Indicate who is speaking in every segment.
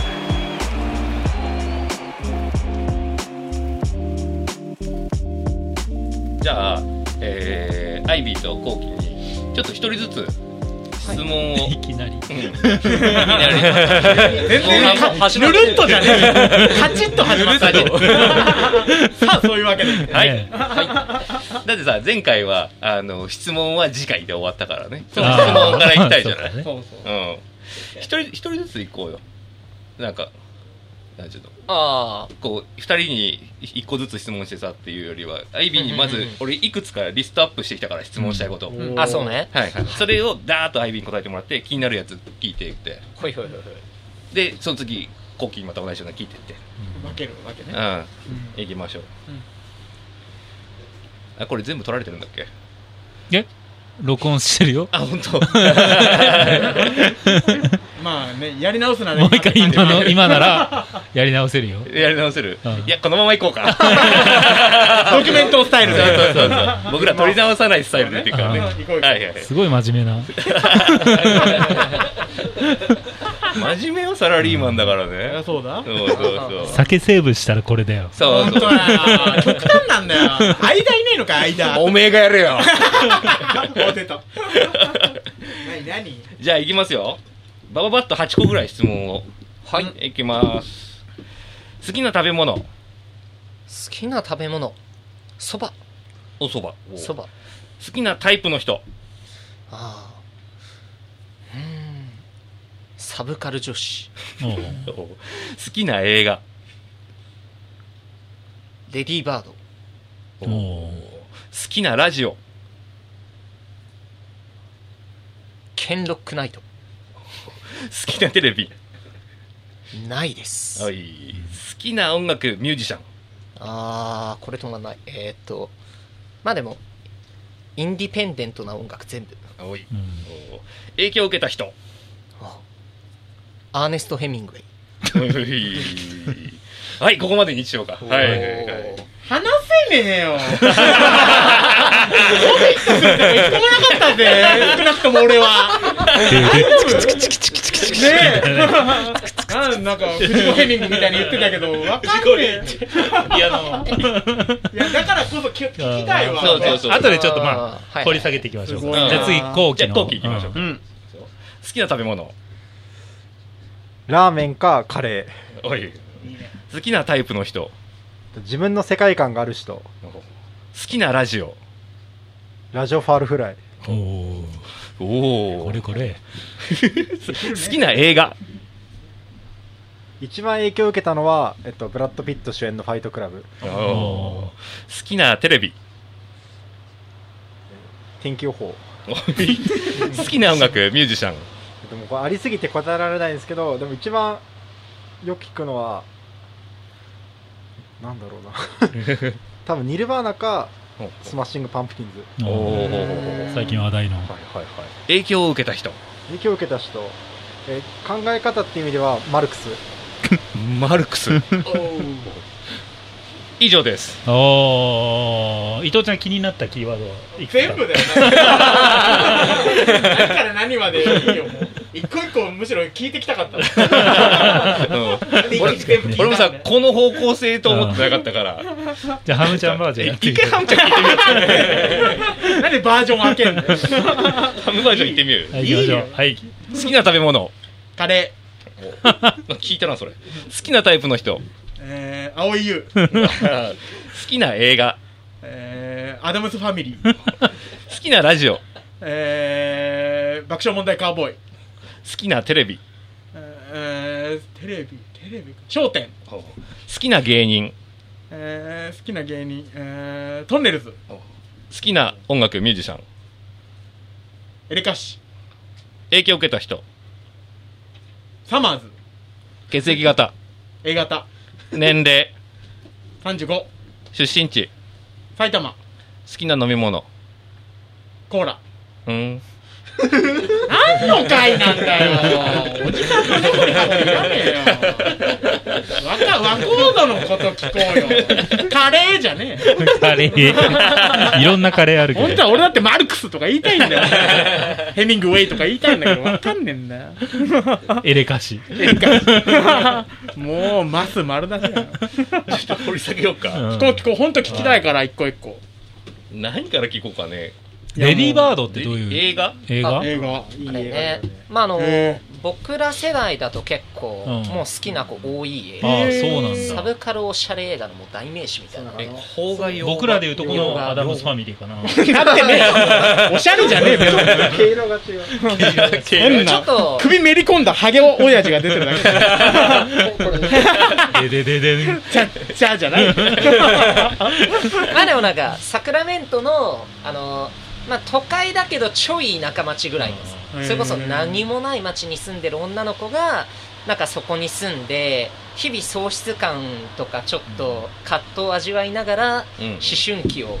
Speaker 1: Hey.
Speaker 2: じゃあ、えーアイビーとコウキにちょっと一人ずつ質問を、
Speaker 3: い き なり。
Speaker 2: 全然
Speaker 3: ぬるっとじゃねえ よ。カチッと始まったね。 さあ、そういうわけで。
Speaker 2: はい、
Speaker 3: ええ
Speaker 2: はい、だってさ前回はあの質問は次回で終わったからねちょっと質
Speaker 3: あ
Speaker 2: 問から行きたいじゃない
Speaker 3: ーそうかね
Speaker 4: そうそう。
Speaker 2: うん一人一人ずつ行こうよなんかなんかちょっと
Speaker 4: あ
Speaker 2: こう二人に一個ずつ質問してさっていうよりはアイビーにま
Speaker 4: うんう
Speaker 2: ず
Speaker 4: んうん
Speaker 2: 俺いくつかリストアップしてきたから質問したいこと、
Speaker 4: ーあ、そうね。
Speaker 2: はいはい、それをダーッとアイビーに答えてもらって気になるやつ聞いていって
Speaker 4: ほいほいほいほい。
Speaker 2: でその次コッキーにまた同じようなの聞いてって
Speaker 4: 負けるわけ
Speaker 2: う
Speaker 4: ね。
Speaker 2: ん
Speaker 4: うん
Speaker 2: 行きましょう、
Speaker 4: うん
Speaker 2: あこれ全部取られてるんだっけ
Speaker 3: え録音してるよ。
Speaker 2: あ本当
Speaker 4: まあね、やり直すなら
Speaker 3: もう一回今の、
Speaker 4: 今
Speaker 3: 今なら、やり直せるよ。
Speaker 2: やり直せる
Speaker 3: うん
Speaker 2: いやこのまま行こうか
Speaker 4: ドキュメントスタイ
Speaker 2: そ
Speaker 4: ル
Speaker 2: うそ
Speaker 4: で。
Speaker 2: うそうそう僕ら取り直さないスタイルでっていうからね
Speaker 4: まあ行こう行こう
Speaker 2: はいはい
Speaker 3: すごい真面目な。
Speaker 2: 真面目よサラリーマンだからね
Speaker 4: あそうだ
Speaker 2: そうそうそう
Speaker 3: 酒セーブしたらこれだよ。
Speaker 2: そう
Speaker 4: 本当
Speaker 2: そう
Speaker 4: だよ。極端なんだよ。間いねえのか、間。
Speaker 2: おめえがやれよ
Speaker 4: お出た。何何
Speaker 2: じゃあ行きますよバババッと8個ぐらい質問をはい行きます好きな食べ物
Speaker 5: 好きな食べ物そば
Speaker 2: おそば
Speaker 5: そ
Speaker 2: 好
Speaker 5: ば
Speaker 2: きなタイプの人
Speaker 5: ああうんサブカル女子
Speaker 3: もう
Speaker 2: 好きな映画
Speaker 5: レディーバード
Speaker 3: おー
Speaker 2: 好きなラジオ
Speaker 5: ケンロックナイト
Speaker 2: 好きなテレビ、
Speaker 5: ないです、
Speaker 2: はい、好きな音楽ミュージシャン
Speaker 5: ああこれともないえーっとまあでもインディペンデントな音楽全部
Speaker 2: おい
Speaker 3: うん
Speaker 2: お影響を受けた人
Speaker 5: あアーネスト・ヘミングウェイ
Speaker 2: おい はいここまでにしようかはいはいはい
Speaker 4: 話せねえよ。そんな人するって一個もなかったぜ。少なくとも俺は。ねえ。なんなんか、フジコヘミングみたいに言ってたけど、わかんね
Speaker 2: いやあの
Speaker 4: え。いや、だからこそ聞きたいわ。
Speaker 2: そうそうそう
Speaker 3: あとでちょっとま
Speaker 5: あーはいは
Speaker 3: あ、
Speaker 5: い
Speaker 3: 掘り下げていきましょう。
Speaker 4: す
Speaker 3: じ
Speaker 4: ごいな
Speaker 3: ゃあ次、後
Speaker 2: じ
Speaker 3: 期
Speaker 2: ゃあ
Speaker 3: の。
Speaker 2: 後期いきましょうか、
Speaker 3: ん
Speaker 4: ん
Speaker 2: そう好きな食べ物
Speaker 6: ラーメンかカレ
Speaker 2: おい好きなタイプの人
Speaker 6: ー自分の世界観がある人
Speaker 2: 好きなラジオ
Speaker 6: ラジオファールフライ
Speaker 3: おーこ
Speaker 2: おお
Speaker 3: れ
Speaker 2: 好
Speaker 3: これ。
Speaker 2: きな映画
Speaker 6: 一番影響を受けたのは、えっと、ブラッド・ピット主演の「ファイトクラブ
Speaker 2: おー
Speaker 3: お
Speaker 2: 好きなテレビ」
Speaker 6: 天気予報、
Speaker 2: おい好きな音楽ミュージシャン
Speaker 6: えっと、もうこれありすぎて答えられないんですけどでも一番よく聞くのはなんだろうな多分ニルバーナかスマッシング・パンプキンズ
Speaker 3: ー
Speaker 2: お
Speaker 5: ー
Speaker 3: 最近話題の。
Speaker 6: はいはいはい
Speaker 2: 影響を受けた人
Speaker 6: 影響を受けた人えー考え方っていう意味ではマルクス
Speaker 2: マルクス以上です
Speaker 3: おー伊藤ちゃん気になったキーワードはいくつか
Speaker 4: 全部だよ。何から何までいいよ、もう。一個一個むしろ聞いてきたかった。
Speaker 2: 俺俺もさこの方向性と思ってなかったから
Speaker 3: じゃあハムちゃんバージョンやって
Speaker 2: 一
Speaker 3: みて
Speaker 2: 回ハムちゃん聞いてみよ
Speaker 4: なんでバージョン開けんの
Speaker 2: うハムバージョン行ってみよ
Speaker 3: はい行きましょうはい
Speaker 2: 好きな食べ物
Speaker 4: カレ
Speaker 2: 聞いたなそれ好きなタイプの人
Speaker 4: ー、えー、青い優、
Speaker 2: 好きな映画
Speaker 4: えー、アダムスファミリー、
Speaker 2: 好きなラジオ好
Speaker 4: えー、爆笑問題カーボーイ、
Speaker 2: きなテレビ
Speaker 4: えー、テレビ、テレビか、笑点、
Speaker 2: 好きな芸人
Speaker 4: えー、好きな芸人、えー、トンネルズ、
Speaker 2: 好きな音楽ミュージシャン
Speaker 4: エレカシ、
Speaker 2: 影響を受けた人
Speaker 4: サマーズ、
Speaker 2: 血液型
Speaker 4: A 型、
Speaker 2: 年齢
Speaker 4: 35、
Speaker 2: 出身地
Speaker 4: 埼玉、
Speaker 2: 好好きな飲み物。
Speaker 4: コーラ。
Speaker 2: うん。
Speaker 4: 何の回なんだよ。おじさんのどこにかっていらねえよ。わか、和コードのこと聞こうよ。カレーじゃねえよ。
Speaker 7: カレー。いろんなカレーあるけど。
Speaker 4: 本当は俺だってマルクスとか言いたいんだ よ。ヘミングウェイとか言いたいんだけど、わかんねえんだ よ。
Speaker 7: エレカシ。
Speaker 4: もう、マス丸出せだよ。
Speaker 2: ちょっと掘り下げようか。
Speaker 7: うん
Speaker 4: 飛行機こう、ほんと聞きたいから、一個一個。
Speaker 2: 何から聞こうかね。
Speaker 7: レディーバードってどういう
Speaker 2: 映画
Speaker 7: 映画
Speaker 4: 映画。
Speaker 5: あ
Speaker 4: い
Speaker 5: れ
Speaker 4: い映画だ
Speaker 5: ね
Speaker 4: よね。
Speaker 5: まああの
Speaker 4: へ
Speaker 5: 僕ら世代だと結構、
Speaker 7: うん
Speaker 5: もう好きな子多い映
Speaker 7: あ
Speaker 5: 画
Speaker 7: あ、そうなん
Speaker 5: サ
Speaker 7: だ。
Speaker 5: ブカルオシャレ映画のもう代名詞みたいな
Speaker 2: え、邦画用
Speaker 7: 僕らでいうとこのアダムスファミリーか な。
Speaker 4: なってねえよおしゃれじゃねえよ。
Speaker 6: 毛色が違う。
Speaker 4: 変
Speaker 5: ちょ
Speaker 4: な
Speaker 5: っと
Speaker 4: 首めり込んだハゲ親父が出てるだけ
Speaker 7: ででででん。
Speaker 4: じゃじゃじゃない
Speaker 5: まあでもなんかサクラメントのあのまあ都会だけどちょい田舎町ぐらいです
Speaker 4: うん
Speaker 5: それこそ何もない町に住んでる女の子がなんかそこに住んで日々喪失感とかちょっと葛藤を味わいながら
Speaker 2: うん
Speaker 5: 思春期を、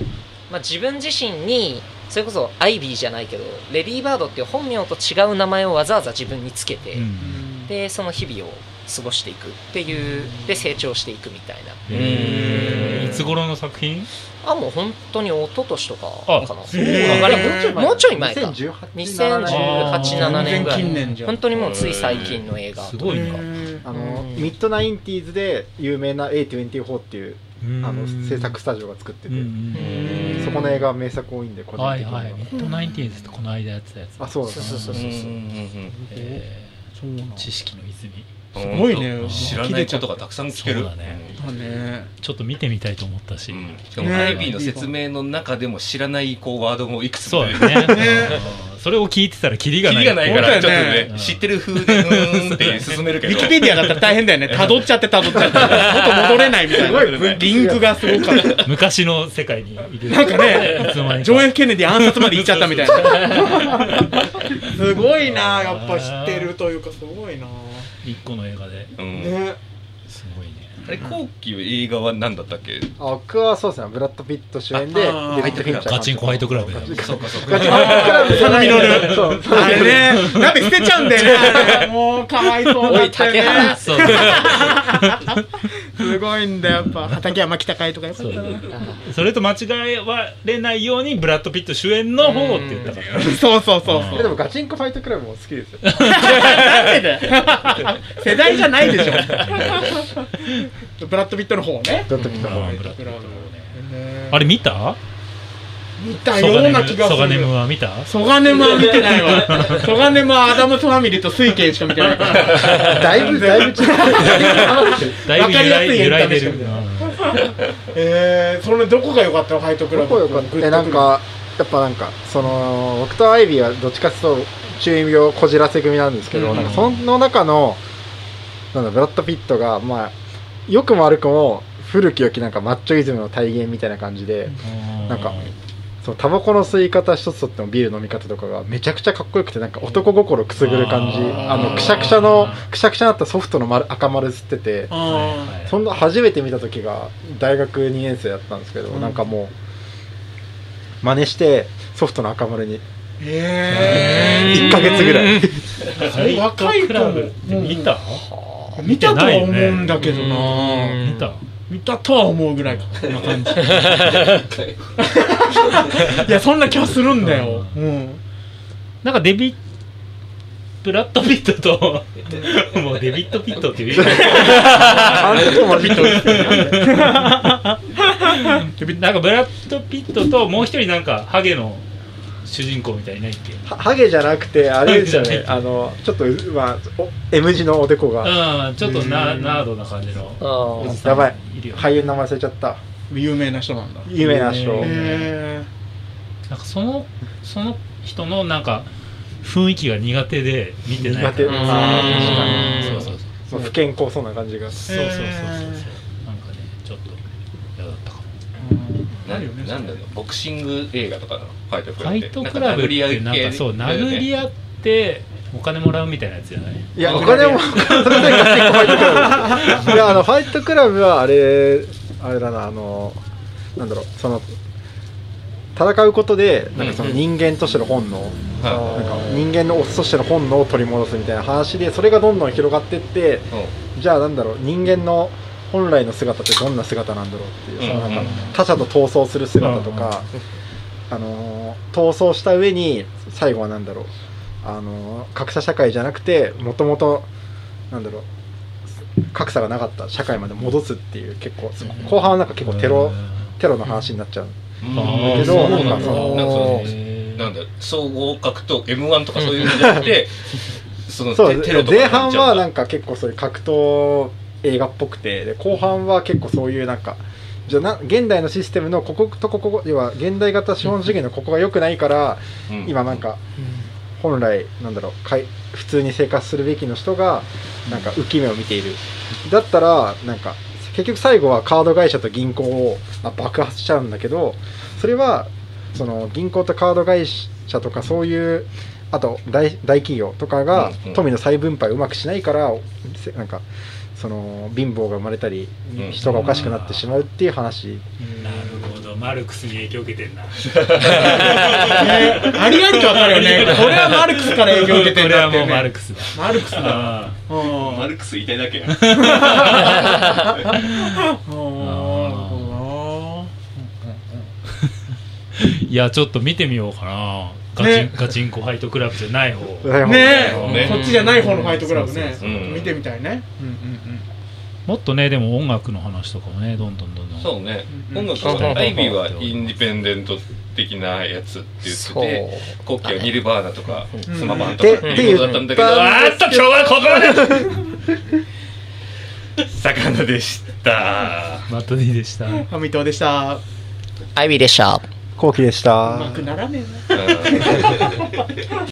Speaker 5: まあ、自分自身にそれこそアイビーじゃないけどレディーバードっていう本名と違う名前をわざわざ自分につけ て、
Speaker 7: うん
Speaker 5: でその日々を過ごしていくっていうで成長していくみたいな
Speaker 7: へーいつ頃の作品
Speaker 5: あもう本当に一昨年とかかな
Speaker 7: あ
Speaker 5: そうわかり
Speaker 6: えー
Speaker 5: もうちょい前か
Speaker 6: 2018
Speaker 5: 2018 7年ぐら
Speaker 4: 全
Speaker 5: い
Speaker 4: 然近年じゃん
Speaker 5: 本当にもうつい最近の映画
Speaker 7: すごいな。
Speaker 6: あの、
Speaker 5: うん
Speaker 6: ミッドナインティーズで有名な A24 っていうあの制作スタジオが作って
Speaker 7: うん
Speaker 6: て、
Speaker 5: うん
Speaker 6: そこの映画は名作多いんで個人
Speaker 7: はい
Speaker 6: 的には、
Speaker 7: はい。ミッドナインティーズってこの間やってたやつ。
Speaker 6: あそうなん
Speaker 5: そ
Speaker 6: だ
Speaker 5: うそうそう
Speaker 2: うん
Speaker 5: そううんそう
Speaker 7: え
Speaker 4: そうな
Speaker 7: ー知識の泉。
Speaker 2: うん
Speaker 4: すごいね
Speaker 2: ほんと知らないことがたくさん聞ける。
Speaker 7: そうだね
Speaker 4: だね
Speaker 7: ちょっと見てみたいと思ったし。
Speaker 2: うんしかも、アイビーの説明の中でも知らないこうワードもいくつ
Speaker 7: そ
Speaker 2: も
Speaker 7: う
Speaker 2: ね
Speaker 7: だよね。うんそれを聞いてたらキリが
Speaker 2: キ
Speaker 7: ない。
Speaker 2: リがないから、ちょっと
Speaker 4: 本当だよね
Speaker 2: ね、知ってる風で、うーんって進めるけ
Speaker 4: ウ
Speaker 2: ど。
Speaker 4: ィキペディアだったら大変だよね辿っちゃって辿っちゃって元戻れないみたいなリンクがすごかった
Speaker 7: 昔の世界にいる。
Speaker 4: なんか
Speaker 7: いつの間
Speaker 4: ね
Speaker 7: にか
Speaker 4: ジョン・ F ・ケネディ暗殺まで行っちゃったみたいなすごいなやっぱ知ってるというかすごいな
Speaker 7: 一個の映画で。
Speaker 2: うん
Speaker 4: ね
Speaker 7: すごいね。
Speaker 2: あれ、後期映画は何だったっけ
Speaker 6: あ僕はそうですねブラッド・ピット主演でデ
Speaker 4: あ
Speaker 6: ビッド・フィンチャー監督
Speaker 7: ガチンコファイトクラブだよ。
Speaker 6: ガチンコファイトクラブじゃないそう
Speaker 4: あれね鍋捨てちゃうんだよねもうかわいそう
Speaker 5: お
Speaker 4: だ
Speaker 5: い
Speaker 4: ったよ
Speaker 5: 竹
Speaker 4: ね
Speaker 5: 原
Speaker 7: そう
Speaker 4: すごいんだよやっぱ畠山北海とかよかったな
Speaker 7: それと間違われないようにブラッド・ピット主演の方って言ったから。
Speaker 4: そうそうそう
Speaker 6: え
Speaker 4: そ
Speaker 6: で
Speaker 4: う
Speaker 6: もガチンコファイトクラブも好きですよ
Speaker 4: なんでだよ世代じゃないでしょブラッド・ピットの方ね
Speaker 6: ブラッド・ピットの
Speaker 7: あ
Speaker 6: 方
Speaker 7: ーブラッド
Speaker 4: ね
Speaker 7: あれ見た
Speaker 4: 見た
Speaker 7: ソ
Speaker 4: よ
Speaker 7: ガ
Speaker 4: う
Speaker 7: ネ
Speaker 4: な
Speaker 7: ム
Speaker 4: 気がす
Speaker 7: ソガネム
Speaker 4: る
Speaker 7: は見た
Speaker 4: ソガネムは見てないわソガネムはアダムスファミリーと水拳しか見てないから
Speaker 6: だいぶだいぶ違う
Speaker 7: だいぶ揺らい揺
Speaker 4: わ
Speaker 7: ら
Speaker 4: か
Speaker 7: い
Speaker 4: りや
Speaker 7: です
Speaker 4: いエ
Speaker 7: る
Speaker 4: ンタメ。えー、それどこが良かったのファイトクラ
Speaker 6: ど
Speaker 4: ブ
Speaker 6: こよかってなんかやっぱなんかその僕とアイビーはどっちかっていうと中二病をこじらせ組なんですけど、
Speaker 4: うん
Speaker 6: なんかその中のなんだブラッド・ピットがまあ良くも悪くも古き良きなんかマッチョイズムの体現みたいな感じで、
Speaker 7: うん
Speaker 6: なんかそのタバコの吸い方一つとってもビール飲み方とかがめちゃくちゃかっこよくてなんか男心くすぐる感じ
Speaker 7: あ
Speaker 6: あ
Speaker 7: ー
Speaker 6: のくしゃくしゃのくしゃくしゃになったソフトの丸赤丸吸ってて
Speaker 4: あ
Speaker 7: はい
Speaker 6: そんな初めて見た時が大学2年生だったんですけど、
Speaker 4: うん
Speaker 6: なんかもう真似してソフトの赤丸に
Speaker 4: ーえ
Speaker 6: 1ヶ月ぐらい
Speaker 4: 若い
Speaker 7: ク
Speaker 4: 子
Speaker 7: ラ
Speaker 4: も
Speaker 7: ブって見た
Speaker 4: ー見たとは思うんだけどな
Speaker 7: 見た
Speaker 4: 見たとは思うぐらいこんな感じいやそんな気はするんだよ、うん、
Speaker 7: なんかデビブラッド・ピット ともうデビッド・ピットっていう
Speaker 6: あの時もビト
Speaker 7: なんかブラッド・ピットともう一人なんかハゲの主人公みたいにないっけ
Speaker 6: ハゲじゃなくてあれですよ
Speaker 7: ハゲ
Speaker 6: ね
Speaker 7: じゃ
Speaker 6: あのちょっと、まあ、お M 字のおでこが
Speaker 7: うんちょっとなナードな感じの
Speaker 5: あ
Speaker 7: お
Speaker 5: ー
Speaker 7: じさん
Speaker 6: やばい
Speaker 7: いるよね
Speaker 6: 俳優の名前忘れちゃった
Speaker 4: 有名な人なんだ
Speaker 6: 有名な人
Speaker 7: へ
Speaker 4: へ
Speaker 7: なんかそのその人のなんか雰囲気が苦手で見てない
Speaker 6: 苦手
Speaker 7: うん
Speaker 6: あー確かに
Speaker 7: そうそうそう
Speaker 6: まあ不健康そうな感じが
Speaker 7: そうそうそうそうなんかねちょっと嫌だったかも
Speaker 2: な
Speaker 4: るよ
Speaker 2: ん
Speaker 4: ね
Speaker 2: なんだろうボクシング映画とかのファイトク
Speaker 7: フ
Speaker 2: ラブ
Speaker 7: ァ
Speaker 2: って
Speaker 7: イトクラブってなんかそう
Speaker 2: だよね
Speaker 7: 殴り合ってお金もらうみたいなやつじゃない
Speaker 6: いやお金もそれでガチンコファイトクラブいやあのファイトクラブはあれあれだなあのなんだろうその戦うことでなんかその人間としての本能、
Speaker 2: は
Speaker 6: なんか人間のオスとしての本能を取り戻すみたいな話でそれがどんどん広がってって
Speaker 2: い。うん
Speaker 6: じゃあなんだろう人間の本来の姿ってどんな姿なんだろうっていうその
Speaker 2: うん
Speaker 6: なんか他者と闘争する姿とか、あのー闘争した上に最後はなんだろう、あのー格差社会じゃなくてもともとなんだろう格差がなかった社会まで戻すっていう結構後半はなんか結構テロテロの話になっちゃう
Speaker 2: あ
Speaker 6: け
Speaker 2: ー
Speaker 6: ど
Speaker 2: そうなん
Speaker 6: な
Speaker 2: だ。なんんか
Speaker 6: かその
Speaker 2: そうなんだ総合格闘 M1 とかそういうんじゃなく て、その
Speaker 6: そう
Speaker 2: テテロとか
Speaker 6: 前半はなんんか結構そういう格闘映画っぽくてで後半は結構そういうなんかじゃあな現代のシステムのこことここ要は現代型資本主義のここが良くないから、今なんか本来なんだろうかい普通に生活するべきの人がなんか浮き目を見ているだったらなんか結局最後はカード会社と銀行を、まあ、爆発しちゃうんだけどそれはその銀行とカード会社とかそういうあと大大企業とかが
Speaker 2: うんうん
Speaker 6: 富の再分配をうまくしないからせなんかその貧乏が生まれたり
Speaker 2: うん
Speaker 6: 人がおかしくなってしまうっていう話
Speaker 8: なるほどマルクスに影響を受けてんな
Speaker 4: ねありありとわかるよね。これはマルクスから影響を受けてるんだっていうね。
Speaker 8: マルクスだ
Speaker 4: マルクスだ。
Speaker 8: あ
Speaker 3: マルクス言いたいだけや。
Speaker 4: あ
Speaker 8: ーいやちょっと見てみようかなガチン、
Speaker 4: ね
Speaker 8: ガチンコファイトクラブじゃない方
Speaker 2: ね
Speaker 4: あ。ねえ、こっちじゃない方のファイトクラブ
Speaker 8: そう
Speaker 4: ね
Speaker 8: そう
Speaker 2: そううん。
Speaker 4: 見てみたいね。
Speaker 8: もっとねでも音楽の話とかもねどんどんどんどん
Speaker 2: そうね、
Speaker 4: うん
Speaker 2: 音楽はアイビーはインディペンデント的なやつって言っててコッキーはニルバーナとか
Speaker 4: ん
Speaker 2: スマバンと
Speaker 6: で
Speaker 2: か
Speaker 6: っ
Speaker 2: ってていうことだったんだけど、
Speaker 6: 言
Speaker 2: あ
Speaker 6: っ
Speaker 2: ーっと今日はここま で魚でした
Speaker 8: マットディでした
Speaker 4: ハミトでした。う
Speaker 5: アイビーでした。
Speaker 6: 後期でした
Speaker 4: まくならねえな。
Speaker 2: うん